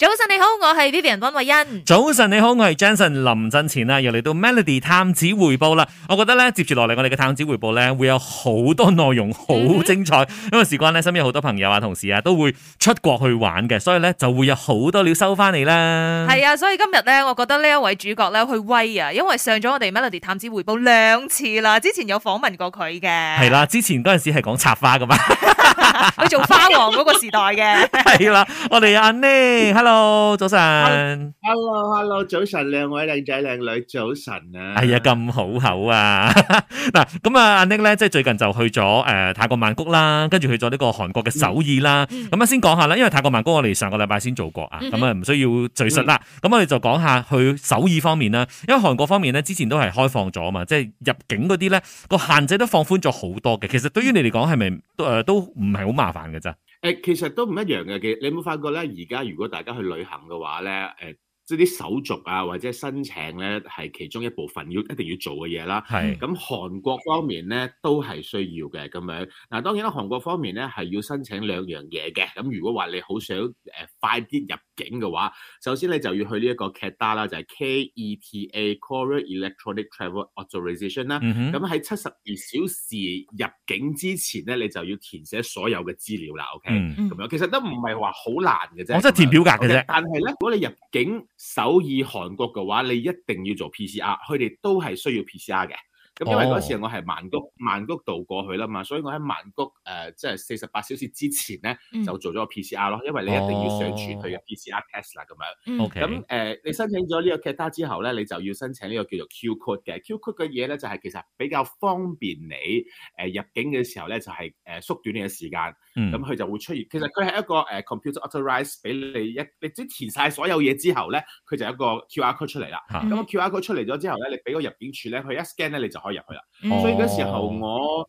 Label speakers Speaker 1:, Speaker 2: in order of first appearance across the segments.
Speaker 1: 晨你好，我係 Vivian 溫慧欣。
Speaker 2: 早晨，你好，我係 Jensen 林振前啊，又嚟到 Melody 探子回報啦。我覺得咧，接住落嚟我哋嘅探子回報咧，會有好多內容好精彩，因為事關咧，身邊好多朋友啊、同事啊都會出國去玩嘅，所以咧就會有好多料收翻嚟啦。
Speaker 1: 係啊，所以今日咧，我覺得呢一位主角咧，去威啊，因為上咗我哋 Melody 探子回報兩次啦，之前有訪問過佢嘅，
Speaker 2: 係啦，之前嗰陣時係講插花噶嘛，
Speaker 1: 佢做花王嗰個時代嘅。
Speaker 2: 係啦，我哋阿 Nick，Hello，早晨，
Speaker 3: Hello Hello，早晨，兩位靚仔靚女，早晨啊！
Speaker 2: 哎呀，咁好口啊！ 嗱，咁啊，阿 Nick 咧，即係最近就去咗誒、呃泰國曼谷啦，跟住去咗呢個韓國嘅首爾啦。
Speaker 1: 嗯
Speaker 2: 咁啊，先講下啦，因為泰國曼谷我哋上個禮拜先做過啊，
Speaker 1: 嗯哼
Speaker 2: 咁啊唔需要敍述啦。咁我哋就講下去首爾方面啦，因為韓國方面咧之前都係開放咗啊嘛，即係入境嗰啲咧個限制都放寬咗好多嘅。其實對於你嚟講係咪誒都唔係好麻煩嘅咋？
Speaker 3: 誒，其實都唔一樣嘅。其實你有冇發覺咧？而家如果大家去旅行嘅話咧，誒，即係啲手續啊，或者申請咧，係其中一部分要一定要做嘅嘢啦。
Speaker 2: 係
Speaker 3: 咁韓國方面咧都係需要嘅咁樣。嗱，當然啦，韓國方面咧係要申請兩樣嘢嘅。咁如果話你好想誒、呃快啲入境嘅話，首先你就要去呢一個 KETA 啦，就係 KETA Korea Electronic Travel Authorization 啦。
Speaker 2: 嗯哼
Speaker 3: 咁喺七十二小時入境之前咧，你就要填寫所有嘅資料啦。OK，咁、
Speaker 2: 嗯
Speaker 3: 樣其實都唔係話好難嘅啫。
Speaker 2: 哦我真係填表格嘅啫
Speaker 3: OK，但係咧，如果你入境首爾韓國嘅話，你一定要做 PCR，佢哋都係需要 PCR 嘅。咁因為
Speaker 2: 哦
Speaker 3: 嗰時我係曼谷曼谷度過去啦嘛，所以我喺曼谷誒、呃即係四十八小時之前咧
Speaker 1: 嗯
Speaker 3: 就做咗個 PCR 咯，因為你一定要上傳
Speaker 2: 哦
Speaker 3: 佢嘅 PCR test 啦咁樣。
Speaker 1: 嗯
Speaker 2: ，OK，
Speaker 3: 咁誒、呃你申請咗呢個 CATA 之後咧，你就要申請呢個叫做 Q code 嘅 Q code 嘅嘢咧，就係、其實比較方便你誒、呃入境嘅時候咧，就係、呃縮短你嘅時間，
Speaker 2: 嗯
Speaker 3: 咁佢、就會出現。其實佢係一個誒、呃 computer authorized 俾你一，你即係填晒所有嘢之後咧，佢就有一個 QR code 出嚟啦。
Speaker 2: 嚇
Speaker 3: 咁、個 QR code 出嚟咗之後咧，你俾個入境處咧，佢一 scan 咧，你就可以入去啦。
Speaker 2: 哦
Speaker 3: 所以嗰時候我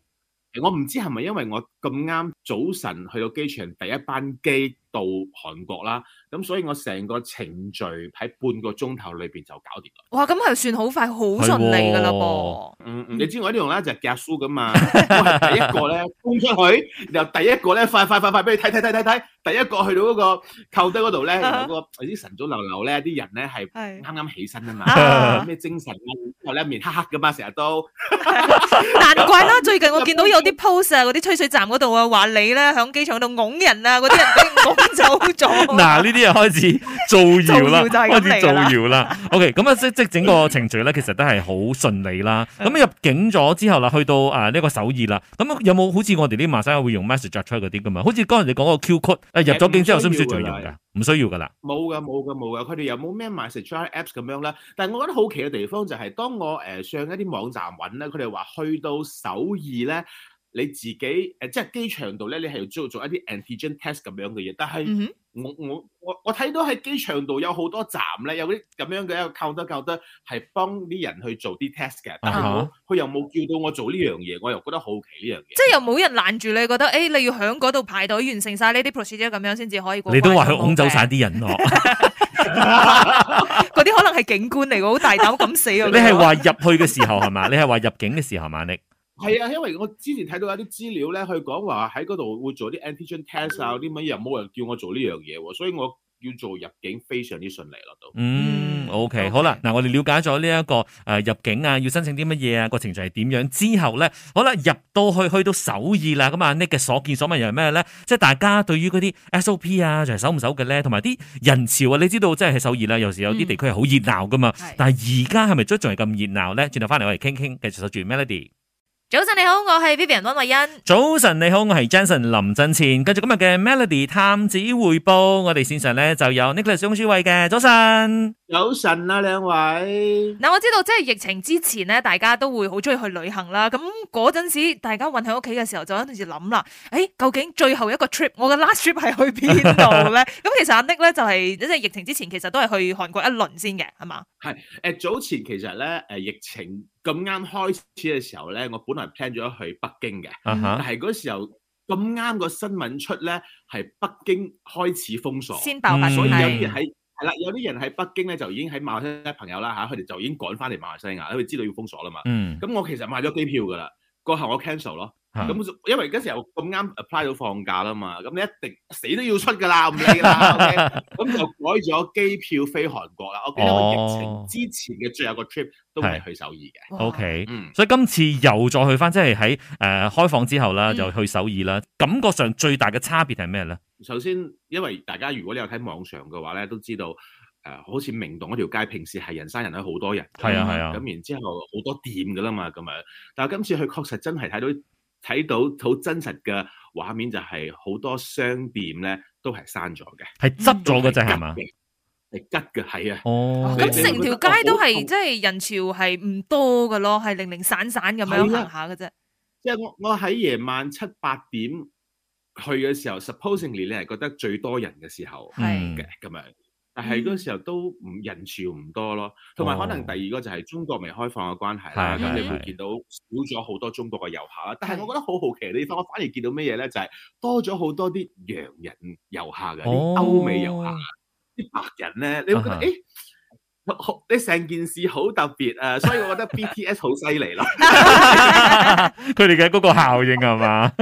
Speaker 3: 我唔知係咪因為我咁啱早晨去到機場第一班機到韓國啦，咁所以我成個程序喺半個鐘頭裏邊就搞掂啦。
Speaker 1: 哇，咁係算好快，好順利噶啦噃。
Speaker 3: 嗯嗯，你知我呢度咧就係夾書噶嘛，我係第一個咧衝出去，然後第一個咧快快快快俾你睇睇睇睇睇，第一個去到嗰個扣低嗰度咧，然後嗰 個啲晨早流流咧啲人咧係
Speaker 1: 係
Speaker 3: 啱啱起身啊
Speaker 1: 啊
Speaker 3: 嘛，咩精神啊，之後咧面黑黑噶嘛，成日都。
Speaker 1: 難怪啦，最近我見到有啲 post 啊，嗰啲吹水站嗰度啊，話你咧響機場度拱人啊，嗰啲人俾拱走咗。
Speaker 2: 嗱，呢啲又開始造謠啦，
Speaker 1: 造謠就係咁
Speaker 2: 開始造
Speaker 1: 嚟啦
Speaker 2: 謠啦。OK，咁啊，即即整個程序咧，其實都係好順利啦。咁入境咗之後啦，去到啊呢個首爾啦，咁啊有冇好似我哋啲馬西亞會用 message 啊出嗰啲噶嘛？好似剛才你講嗰個 Q code，誒入咗境之後需唔需要再用㗎？唔需要㗎啦。
Speaker 3: 冇噶冇噶冇噶，佢哋又冇咩 message 啊 apps 咁樣啦。但係我覺得好奇嘅地方就係、當我誒、呃上一啲網站揾咧，佢哋話去到首爾咧，你自己誒、呃即係機場度咧，你係要做做一啲 antigen test 咁樣嘅嘢。但係
Speaker 1: 嗯
Speaker 3: 我我我我睇到喺機場度有好多站咧，有啲咁樣嘅一個 counter counter 係幫啲人去做啲 test 嘅，但係
Speaker 2: 啊
Speaker 3: 我
Speaker 2: 哈
Speaker 3: 佢又冇叫到我做呢樣嘢，我又覺得好奇呢樣嘢。
Speaker 1: 即係又冇人攔住你，覺得誒、欸你要喺嗰度排隊完成晒呢啲 procedure 咁樣先至可以過關。
Speaker 2: 你都話佢拱走晒啲人咯，
Speaker 1: 嗰啲可能係警官嚟嘅，好大膽咁死啊！
Speaker 2: 你係話入去嘅時候係嘛？你係話入境嘅時候嘛？你
Speaker 3: 係啊，因為我之前睇到有啲資料咧，佢講話喺嗰度會做啲 antigen
Speaker 2: 嗯
Speaker 3: test 啊，有啲乜嘢冇人叫我做呢樣嘢喎，所以我要做入境非常之順利咯都。
Speaker 2: 嗯
Speaker 1: 嗯
Speaker 2: ，OK，
Speaker 1: OK
Speaker 2: 好啦，嗱，我哋了解咗呢一個誒入境啊，要申請啲乜嘢啊，個程序係點樣之後咧，好啦，入到去去到首爾啦，咁啊 Nick 嘅所見所聞又係咩咧？即係大家對於嗰啲 SOP 啊，就係守唔守嘅咧，同埋啲人潮啊，你知道即係喺首爾啦，有時有啲地區係好熱鬧噶嘛，
Speaker 1: 嗯係
Speaker 2: 但係而家係咪都仲係咁熱鬧咧？轉頭翻嚟我哋傾傾，繼續守住 Melody。
Speaker 1: 早晨你好，我係 Vivian 温慧欣。
Speaker 2: 早晨，你好，我係 Jensen 林振前，繼續今日嘅 Melody 探子匯報，我哋線上咧就有 Nicholas 鍾書偉嘅，早
Speaker 1: 嗯
Speaker 2: 晨。
Speaker 3: 有神啊，兩位。
Speaker 1: 嗱，我知道即係疫情之前咧，大家都會好中意去旅行啦。咁嗰陣時，大家困喺屋企嘅時候，就喺度住諗啦。誒、究竟最後一個 trip，我嘅 last trip 係去邊度咧？ 咁其實阿 Nick 咧就係即係疫情之前，其實都係去韓國一輪先嘅，係嘛？
Speaker 3: 誒早前其實咧，誒疫情咁啱開始嘅時候咧，我本來 plan 咗去北京嘅，
Speaker 2: 啊哈
Speaker 3: 但係嗰時候咁啱個新聞出咧，係北京開始封鎖。
Speaker 1: 先爆發
Speaker 2: 嗯
Speaker 1: 先
Speaker 3: 所以有啲
Speaker 1: 係。
Speaker 3: 人喺係啦，有啲人喺北京咧就已經喺馬來西亞朋友啦嚇，佢哋就已經趕翻嚟馬來西亞，因為知道要封鎖啦嘛。
Speaker 2: 嗯。
Speaker 3: 咁我其實買咗機票㗎啦，過後我 cancel 咯。
Speaker 2: 嚇
Speaker 3: 咁因為嗰時候咁啱 apply 到放假啦嘛，咁你一定死都要出噶啦，唔 理啦。OK？咁就改咗機票飛韓國啦。我記得
Speaker 2: 哦
Speaker 3: 我疫情之前嘅最後一個 trip 都係去首爾嘅。
Speaker 1: 哇
Speaker 2: O K，
Speaker 3: 嗯，
Speaker 2: 所以今次又再去翻，即係喺诶開放之後啦，
Speaker 1: 嗯
Speaker 2: 就去首爾啦。感覺上最大嘅差別係咩咧？
Speaker 3: 首先因為大家如果你有睇網上嘅話咧，都知道誒、呃好似明洞嗰條街平時係人山人海，好多人㗎嘛。
Speaker 2: 係啊係啊，
Speaker 3: 咁然之後好多店噶啦嘛，咁樣。但係今次佢確實真係睇到睇到好真實嘅畫面，就係好多商店咧都係閂咗嘅，
Speaker 2: 係執咗嗰只係嘛
Speaker 3: 都？係吉嘅？係吉嘅，係啊。
Speaker 2: 哦，
Speaker 1: 咁
Speaker 3: 你
Speaker 1: 成條街都係
Speaker 3: 你會覺得好
Speaker 1: 即係人潮係唔多噶咯，係零零散散咁樣
Speaker 3: 係啊
Speaker 1: 行下嘅啫。
Speaker 3: 即係我我喺夜晚七八點去嘅時候，supposingly 你係覺得最多人嘅時候
Speaker 1: 係
Speaker 2: 嗯
Speaker 3: 嘅咁樣。但係嗰時候都唔人潮唔多咯，同埋可能第二個就係中國未開放嘅關係啦，
Speaker 2: 哦係
Speaker 3: 咁
Speaker 1: 係
Speaker 3: 你會
Speaker 2: 係
Speaker 3: 見到少咗好多中國嘅遊客啦。但係
Speaker 1: 係
Speaker 3: 我覺得好好奇嘅地方，我反而見到咩嘢咧？就係、多咗好多啲洋人遊客嘅，啲
Speaker 2: 哦
Speaker 3: 歐美遊客，啲白人咧，你會覺
Speaker 2: 啊哈
Speaker 3: 得誒。好好 你成件事好特別啊，所以我覺得 BTS 好犀利咯。
Speaker 2: 佢哋嘅嗰個效應係嘛？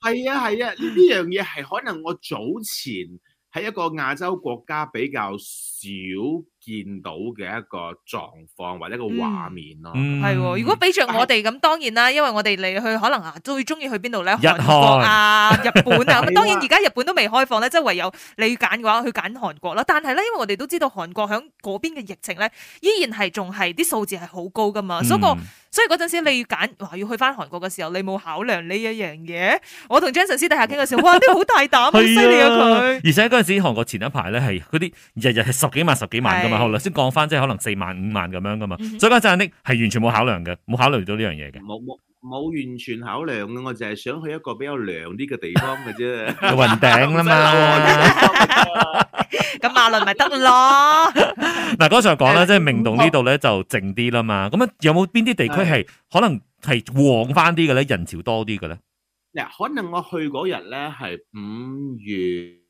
Speaker 3: 係啊係啊，呢呢樣嘢係可能我早前喺一個亞洲國家比較少見到嘅一個狀況或者一個畫面咯。
Speaker 2: 嗯
Speaker 1: 係喎，如果俾着
Speaker 3: 但係
Speaker 1: 我哋咁，當然啦，因為我哋嚟去可能啊，最中意去邊度咧？
Speaker 2: 日韓
Speaker 1: 韓國啊、日本啊，咁
Speaker 3: 係啦
Speaker 1: 當然而家日本都未開放咧，即係唯有你揀嘅話，去揀韓國啦。但係咧，因為我哋都知道韓國響嗰邊嘅疫情咧，依然係仲係啲數字係好高噶嘛，啊所以個
Speaker 2: 嗯
Speaker 1: 所以嗰陣時你要揀話要去翻韓國嘅時候，你冇考量呢一樣嘢。我同 Jason 私底下傾嘅時候，哇，呢個好大膽，好犀利啊佢。
Speaker 2: 而且嗰陣時韓國前一排咧係嗰啲日日係十幾萬十幾萬噶嘛，
Speaker 1: 係
Speaker 2: 後來先降翻即係可能四萬五萬咁樣噶嘛
Speaker 1: 嗯，哼
Speaker 2: 所以嗰陣 Nick 係完全冇考量嘅，冇考慮到呢樣 嘢嘅。
Speaker 3: 冇冇冇完全考量嘅，我就係想去一個比較涼啲嘅地方嘅啫。
Speaker 2: 雲頂啦嘛，
Speaker 1: 咁馬倫咪得咯。
Speaker 2: 嗱嗰上講啦，即係明洞呢度咧就靜啲啦嘛，咁啊有冇邊啲地區係可能係旺翻啲嘅咧，人潮多啲嘅咧？
Speaker 3: 嗱，可能我去嗰日咧係五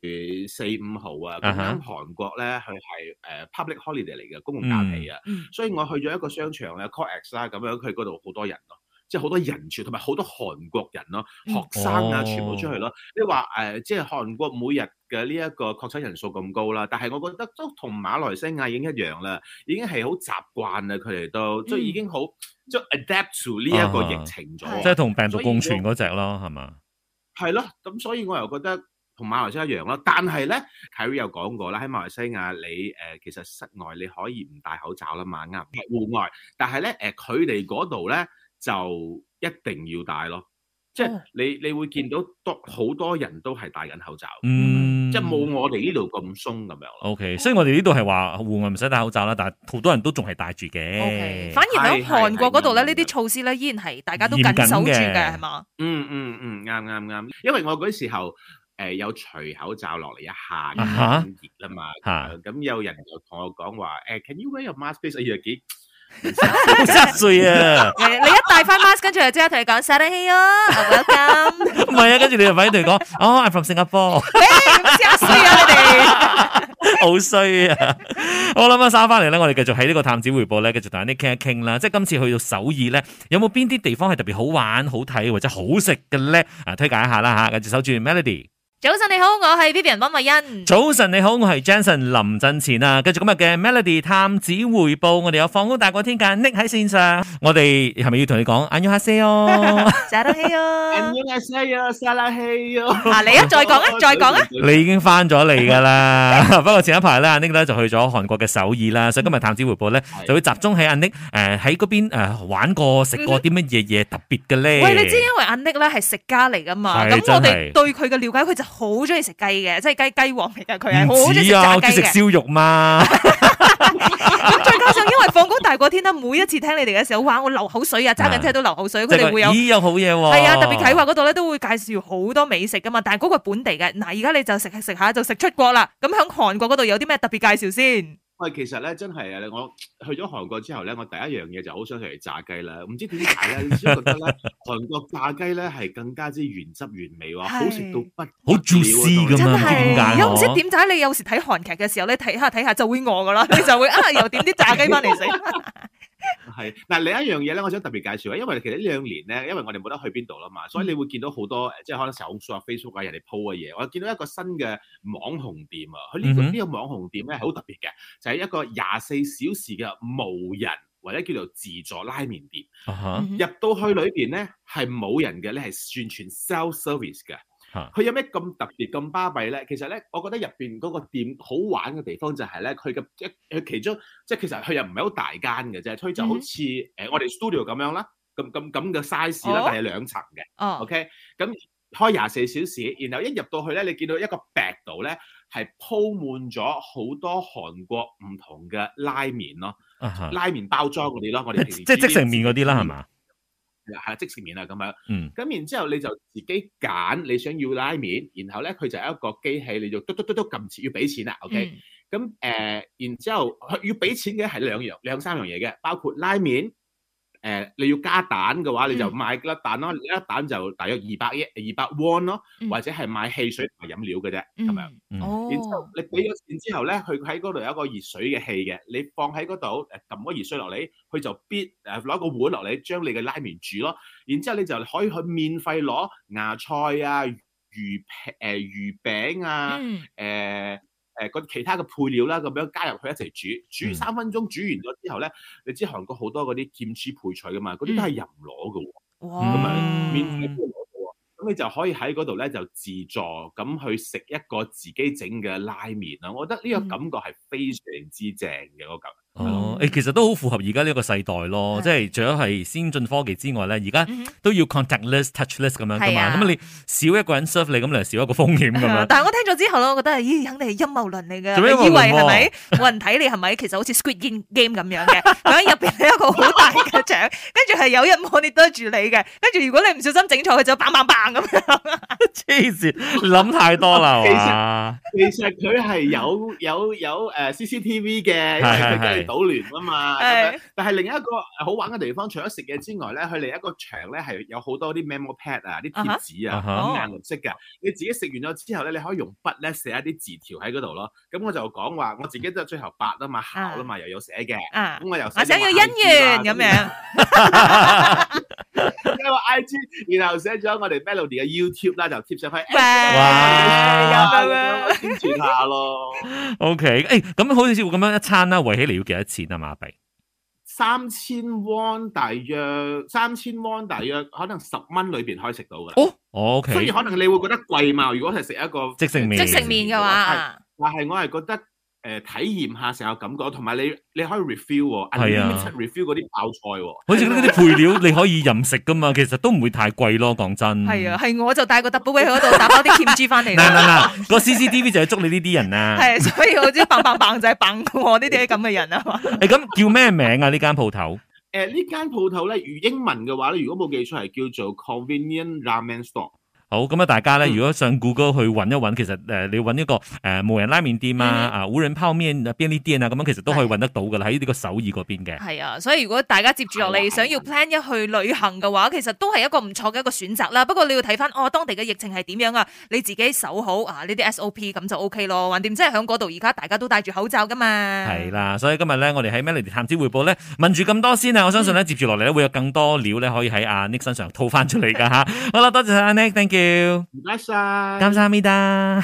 Speaker 3: 月四五號啊，咁
Speaker 2: 啊哈
Speaker 3: 啱韓國咧佢係誒呃 public holiday 嚟嘅公共假期啊，
Speaker 1: 嗯嗯
Speaker 3: 所以我去咗一個商場咧 COEX 啦，咁樣佢嗰度好多人咯。即係好多人潮，同埋好多韓國人咯，
Speaker 1: 嗯
Speaker 3: 學生啊，
Speaker 2: 哦
Speaker 3: 全部出去咯。你話誒、呃即係韓國每日嘅呢一個確診人數咁高啦，但係我覺得都同馬來西亞已經一樣啦，已經係好習慣啦，佢哋都即係已經好即係 adapt to 呢一個
Speaker 2: 啊哈
Speaker 3: 疫情咗啊。
Speaker 1: 係
Speaker 2: 即係同病毒共存嗰只咯，係嘛？
Speaker 3: 係咯，咁所以我又覺得同馬來西亞一樣咯。但係咧，Kerry 有講過啦，喺馬來西亞你誒、呃其實室外你可以唔戴口罩啦嘛，啱唔啱？戶外，但係咧誒佢哋嗰度咧就一定要戴咯，即係
Speaker 1: 哦
Speaker 3: 你你會見到多好多人都係戴緊口罩，
Speaker 2: 嗯，
Speaker 3: 即係冇我哋呢度咁鬆咁樣咯。
Speaker 2: O K，雖然我哋呢度係話户外唔使戴口罩啦，但係好多人都仲係戴住
Speaker 1: O K，
Speaker 2: 嘅。
Speaker 1: 反而喺
Speaker 3: 係
Speaker 1: 韓國嗰度咧，
Speaker 3: 係
Speaker 1: 呢
Speaker 3: 係
Speaker 1: 啲措施咧依然係大家都
Speaker 2: 嚴
Speaker 1: 緊
Speaker 2: 謹
Speaker 1: 守住嘅，
Speaker 2: 嘅
Speaker 1: 係嘛？
Speaker 3: 嗯嗯嗯，啱啱啱，因為我嗰時候誒、呃有除口罩落嚟一下，咁
Speaker 2: 哈
Speaker 3: 熱啦嘛，
Speaker 2: 嚇
Speaker 3: 咁有人就同我講話誒，Can you wear your mask please？哎呀幾〜
Speaker 2: 好濕碎啊！
Speaker 1: 你你一戴翻 mask，跟住就即刻同你講 s a t u r d a y 啊，welcome，
Speaker 2: 唔係啊，跟住你就喺度講，哦，I'm from 新加坡，
Speaker 1: 嚇死啊
Speaker 2: 好衰啊！好啦，咁啊，稍翻嚟咧，我哋繼續喺呢個探子回報咧，繼續同阿 Nick 傾一傾啦。即係今次去到首爾咧，有冇邊啲地方係特別好玩、好睇或者好食嘅咧？啊，推介一下啦吓，跟住守住 Melody。
Speaker 1: 你哋！早晨你好，我係 Vivian 温慧欣。
Speaker 2: 早晨你好，我係 Jensen 林振前啊。繼續今日嘅 Melody 探子回報，我哋有放工大過天價 Nick 喺線上，我哋係咪要同你講안녕하세요？
Speaker 1: s a t u r d a y 啊！
Speaker 3: Annyeonghaseyo, saranghaeyo。
Speaker 1: 嗱，你啊，再講 啊，再講啊！
Speaker 2: 你已經翻咗嚟㗎啦， 不過前一排咧，阿 Nick 咧就去咗韓國嘅首爾啦，
Speaker 1: 嗯
Speaker 2: 所以今日探子回報咧
Speaker 3: 係
Speaker 2: 就會集中喺阿 Nick 誒喺嗰邊誒玩過、食過啲乜嘢嘢特別嘅咧？
Speaker 1: 喂，你知因為阿 Nick 咧係食家嚟噶嘛，
Speaker 2: 哎
Speaker 1: 咁
Speaker 2: 係
Speaker 1: 我哋
Speaker 2: 真係
Speaker 1: 對佢嘅了解，佢就好中意食雞嘅，即係雞雞王嚟嘅，佢係好
Speaker 2: 唔
Speaker 1: 中意食
Speaker 2: 止啊，
Speaker 1: 炸
Speaker 2: 我
Speaker 1: 雞
Speaker 2: 叫食
Speaker 1: 嘅。
Speaker 2: 燒肉嘛，
Speaker 1: 咁再加上因為放工大過天啦，每一次聽你哋嘅時候，哇，我流口水啊，揸緊車都流口水，佢
Speaker 2: 即係
Speaker 1: 哋會有。
Speaker 2: 咦有好嘢喎，
Speaker 1: 係啊，特別啟華嗰度咧都會介紹好多美食噶嘛，但係嗰個係本地嘅。嗱，而家你就食食下就食出國啦。咁喺韓國嗰度有啲咩特別介紹先？
Speaker 3: 喂，其實咧真係啊，我去咗韓國之後咧，我第一樣嘢就好想食炸雞啦。唔知點 解咧，你知覺得咧韓國炸雞咧係更加之原汁原味喎，好食到不
Speaker 2: 好
Speaker 3: 得了啊
Speaker 2: juicy
Speaker 3: 嗰
Speaker 2: 咁
Speaker 3: 度
Speaker 1: 真
Speaker 2: 啊
Speaker 1: 係，
Speaker 2: 唔知點解喎
Speaker 3: 呢
Speaker 1: 又唔知點解你有時睇韓劇嘅時候咧，睇下睇下就會餓噶啦，你就會啊又點啲炸雞翻嚟食。
Speaker 3: 係嗱，另一樣嘢咧，我想特別介紹啊嘅，因為其實呢兩年咧，因為我哋冇得去邊度啦嘛，所以你
Speaker 2: 嗯
Speaker 3: 會見到好多即係可能手書啊、Facebook 啊人哋 po 嘅嘢。我見到一個新嘅網紅店啊，佢呢、個
Speaker 2: 嗯哼
Speaker 3: 呢、個網紅店咧係好特別嘅，就係、一個廿四小時嘅無人或者叫做自助拉麵店。
Speaker 2: 啊哈，
Speaker 1: 嗯
Speaker 3: 入到去裏邊咧係冇人嘅咧，係完全 self service 嘅
Speaker 2: 嚇。
Speaker 3: 佢有咩咁特別咁巴閉咧？其實咧，我覺得入邊嗰個店好玩嘅地方就係咧，佢嘅一佢其中即係其實佢又唔係好大間嘅啫，佢就好似誒、我哋 studio 咁樣啦，咁咁咁嘅 size 啦
Speaker 1: 哦，
Speaker 3: 但係兩層嘅。
Speaker 1: 哦，
Speaker 3: OK，咁開廿四小時，然後一入到去咧，你見到一個壁度咧係鋪滿咗好多韓國唔同嘅拉麵咯，
Speaker 2: 啊哈，
Speaker 1: 嗯
Speaker 3: 拉麵包裝嗰啲咯，我哋平時
Speaker 2: 即係即
Speaker 3: 知
Speaker 2: 食麵嗰啲啦，係嘛？
Speaker 3: 係啦，即食麵啊咁樣。
Speaker 2: 嗯，
Speaker 3: 咁然之後你就自己揀你想要拉麵，然後咧佢就有一個機器，你就嘟嘟嘟嘟撳錢要俾錢啦。OK，
Speaker 1: 嗯
Speaker 3: 咁誒、呃然之後佢要俾錢嘅係兩樣兩三樣嘢嘅，包括拉麵。誒、你要加蛋嘅話，你就
Speaker 1: 嗯
Speaker 3: 買粒蛋咯，一粒蛋就大約二百一二百 won 咯，
Speaker 1: 嗯
Speaker 3: 或者係買汽水同埋飲料嘅啫，咁樣。
Speaker 1: 嗯
Speaker 3: 然之後
Speaker 1: 哦，
Speaker 3: 你俾咗錢之後咧，佢喺嗰度有一個熱水嘅器嘅，你放喺嗰度誒撳嗰熱水落嚟，佢就必誒攞個碗落嚟將你嘅拉麵煮咯。然之後你就可以去免費攞芽菜啊、魚皮誒、魚餅啊、
Speaker 1: 嗯，
Speaker 3: 誒誒嗰其他嘅配料啦，咁樣加入去一齊煮，煮
Speaker 2: 嗯
Speaker 3: 三分鐘，煮完咗之後咧，你知韓國好多嗰啲劍枝配菜噶嘛，嗰啲都係
Speaker 1: 嗯
Speaker 3: 任攞嘅喎。
Speaker 1: 哇，
Speaker 2: 咁
Speaker 3: 樣免
Speaker 2: 面
Speaker 3: 費都攞到喎。咁你就可以喺嗰度咧就自助咁去食一個自己整嘅拉麵啦。我覺得呢個感覺係非常之正嘅，我感覺。
Speaker 2: 哦，誒，其實都好符合而家呢一個世代咯，
Speaker 1: 係
Speaker 2: 即係除咗係先進科技之外咧，而家
Speaker 1: 嗯
Speaker 2: 都要 contactless、touchless 咁樣噶
Speaker 1: 係
Speaker 2: 嘛，
Speaker 1: 啊
Speaker 2: 咁你少一個人 serve 你，咁你就少一個風險咁樣。
Speaker 1: 但係我聽咗之後咧，我覺得咦，肯定係陰謀論嚟嘅。
Speaker 2: 做咩陰謀論
Speaker 1: 你以為係咪
Speaker 2: 喎
Speaker 1: 冇人睇你係咪？其實好似 Squid Game 咁 樣嘅，咁入邊係一個好大嘅獎，跟住係有人 monitor 住你嘅，跟住如果你唔小心整錯，佢就 bang bang bang 咁 樣。
Speaker 2: 黐線，諗太多啦係嘛？
Speaker 3: 其實佢係有有有呃誒 CCTV 嘅，因為佢梗係賭聯啊嘛。咁樣
Speaker 1: 係
Speaker 3: 但係另一個好玩嘅地方，除咗食嘢之外咧，佢另一個牆咧係有好多啲 memo pad 啊、啲
Speaker 1: 啊
Speaker 3: 貼
Speaker 1: 哈
Speaker 3: 紙
Speaker 2: 啊
Speaker 3: 啊，
Speaker 2: 哈
Speaker 3: 咁硬綠色嘅。你自己食完咗之後咧，你可以用筆咧寫一啲字條喺嗰度咯。咁我就講話我自己都係最後八啊嘛、考啊嘛，又有寫嘅。
Speaker 1: 啊，
Speaker 3: 咁我又寫
Speaker 1: 我想要
Speaker 3: 咗
Speaker 1: 姻
Speaker 3: IG 啦
Speaker 1: 緣咁，樣。
Speaker 3: 寫個 I G，然後寫咗我哋 Melody 嘅 YouTube 啦，就貼上去。哎
Speaker 1: 喂，啊
Speaker 2: 哇
Speaker 1: 咁
Speaker 3: 咁
Speaker 1: 樣
Speaker 3: 樣宣傳下咯，
Speaker 2: O K，誒，咁好似咁樣一餐啦，圍起嚟要幾多錢啊？馬幣？
Speaker 3: 三千 won 大約三千 won 大約可能十蚊裏邊可以食到噶啦。
Speaker 2: 哦，O
Speaker 3: 雖
Speaker 2: K，
Speaker 3: 然可能你會覺得貴嘛，如果係食一個
Speaker 2: 即食麵
Speaker 1: 即食麵嘅話，
Speaker 3: 係
Speaker 1: 啊
Speaker 3: 但係我係覺得誒、呃體驗下成個感覺，同埋你你可以 refill 喎
Speaker 2: 係啊
Speaker 3: unlimited refill 嗰啲泡菜喎。
Speaker 2: 好似嗰啲配料你可以任食噶嘛， 其實都唔會太貴咯，講真。
Speaker 1: 係啊，係我就帶個 double way 去嗰度打包啲芡珠翻嚟
Speaker 2: 嗯 嗱
Speaker 1: 啦。
Speaker 2: 嗱嗱，個 CCTV 就係捉你呢啲人 啊！
Speaker 1: 係，所以我知棒棒棒就係 棒我呢啲咁嘅人啊嘛。
Speaker 2: 誒，咁叫咩名啊？呢間鋪頭？
Speaker 3: 誒呢間鋪頭咧，如英文嘅話咧，如果冇記錯係叫做 Convenient Ramen Store。
Speaker 2: 好咁啊！大家咧，
Speaker 3: 嗯
Speaker 2: 如果上 Google 去揾一揾，其實誒、呃你揾一個誒、呃、無人拉麵店啊、
Speaker 1: 嗯
Speaker 2: 啊無人泡麵啊、便利店啊，咁樣其實都可以揾得到噶啦，喺呢個首爾嗰邊嘅。
Speaker 1: 係啊，所以如果大家接住落
Speaker 3: 係
Speaker 1: 嚟
Speaker 3: 啊
Speaker 1: 想要 plan 一去旅行嘅話，其實都係一個唔錯嘅一個選擇啦。不過你要睇翻哦，當地嘅疫情係點樣啊？你自己守好啊呢啲 SOP 咁就 OK 咯。橫掂真係喺嗰度，而家大家都戴住口罩噶嘛。
Speaker 2: 係啦，所以今日咧，我哋喺 Melody 探子匯報咧，問住咁多先啊！我相信咧，接住落嚟咧，會有更多料咧，可以喺阿 Nick 身上套翻出嚟噶吓。好啦，多謝晒阿 Nick，thank you，
Speaker 3: 唔該晒。
Speaker 2: 感謝 Mida。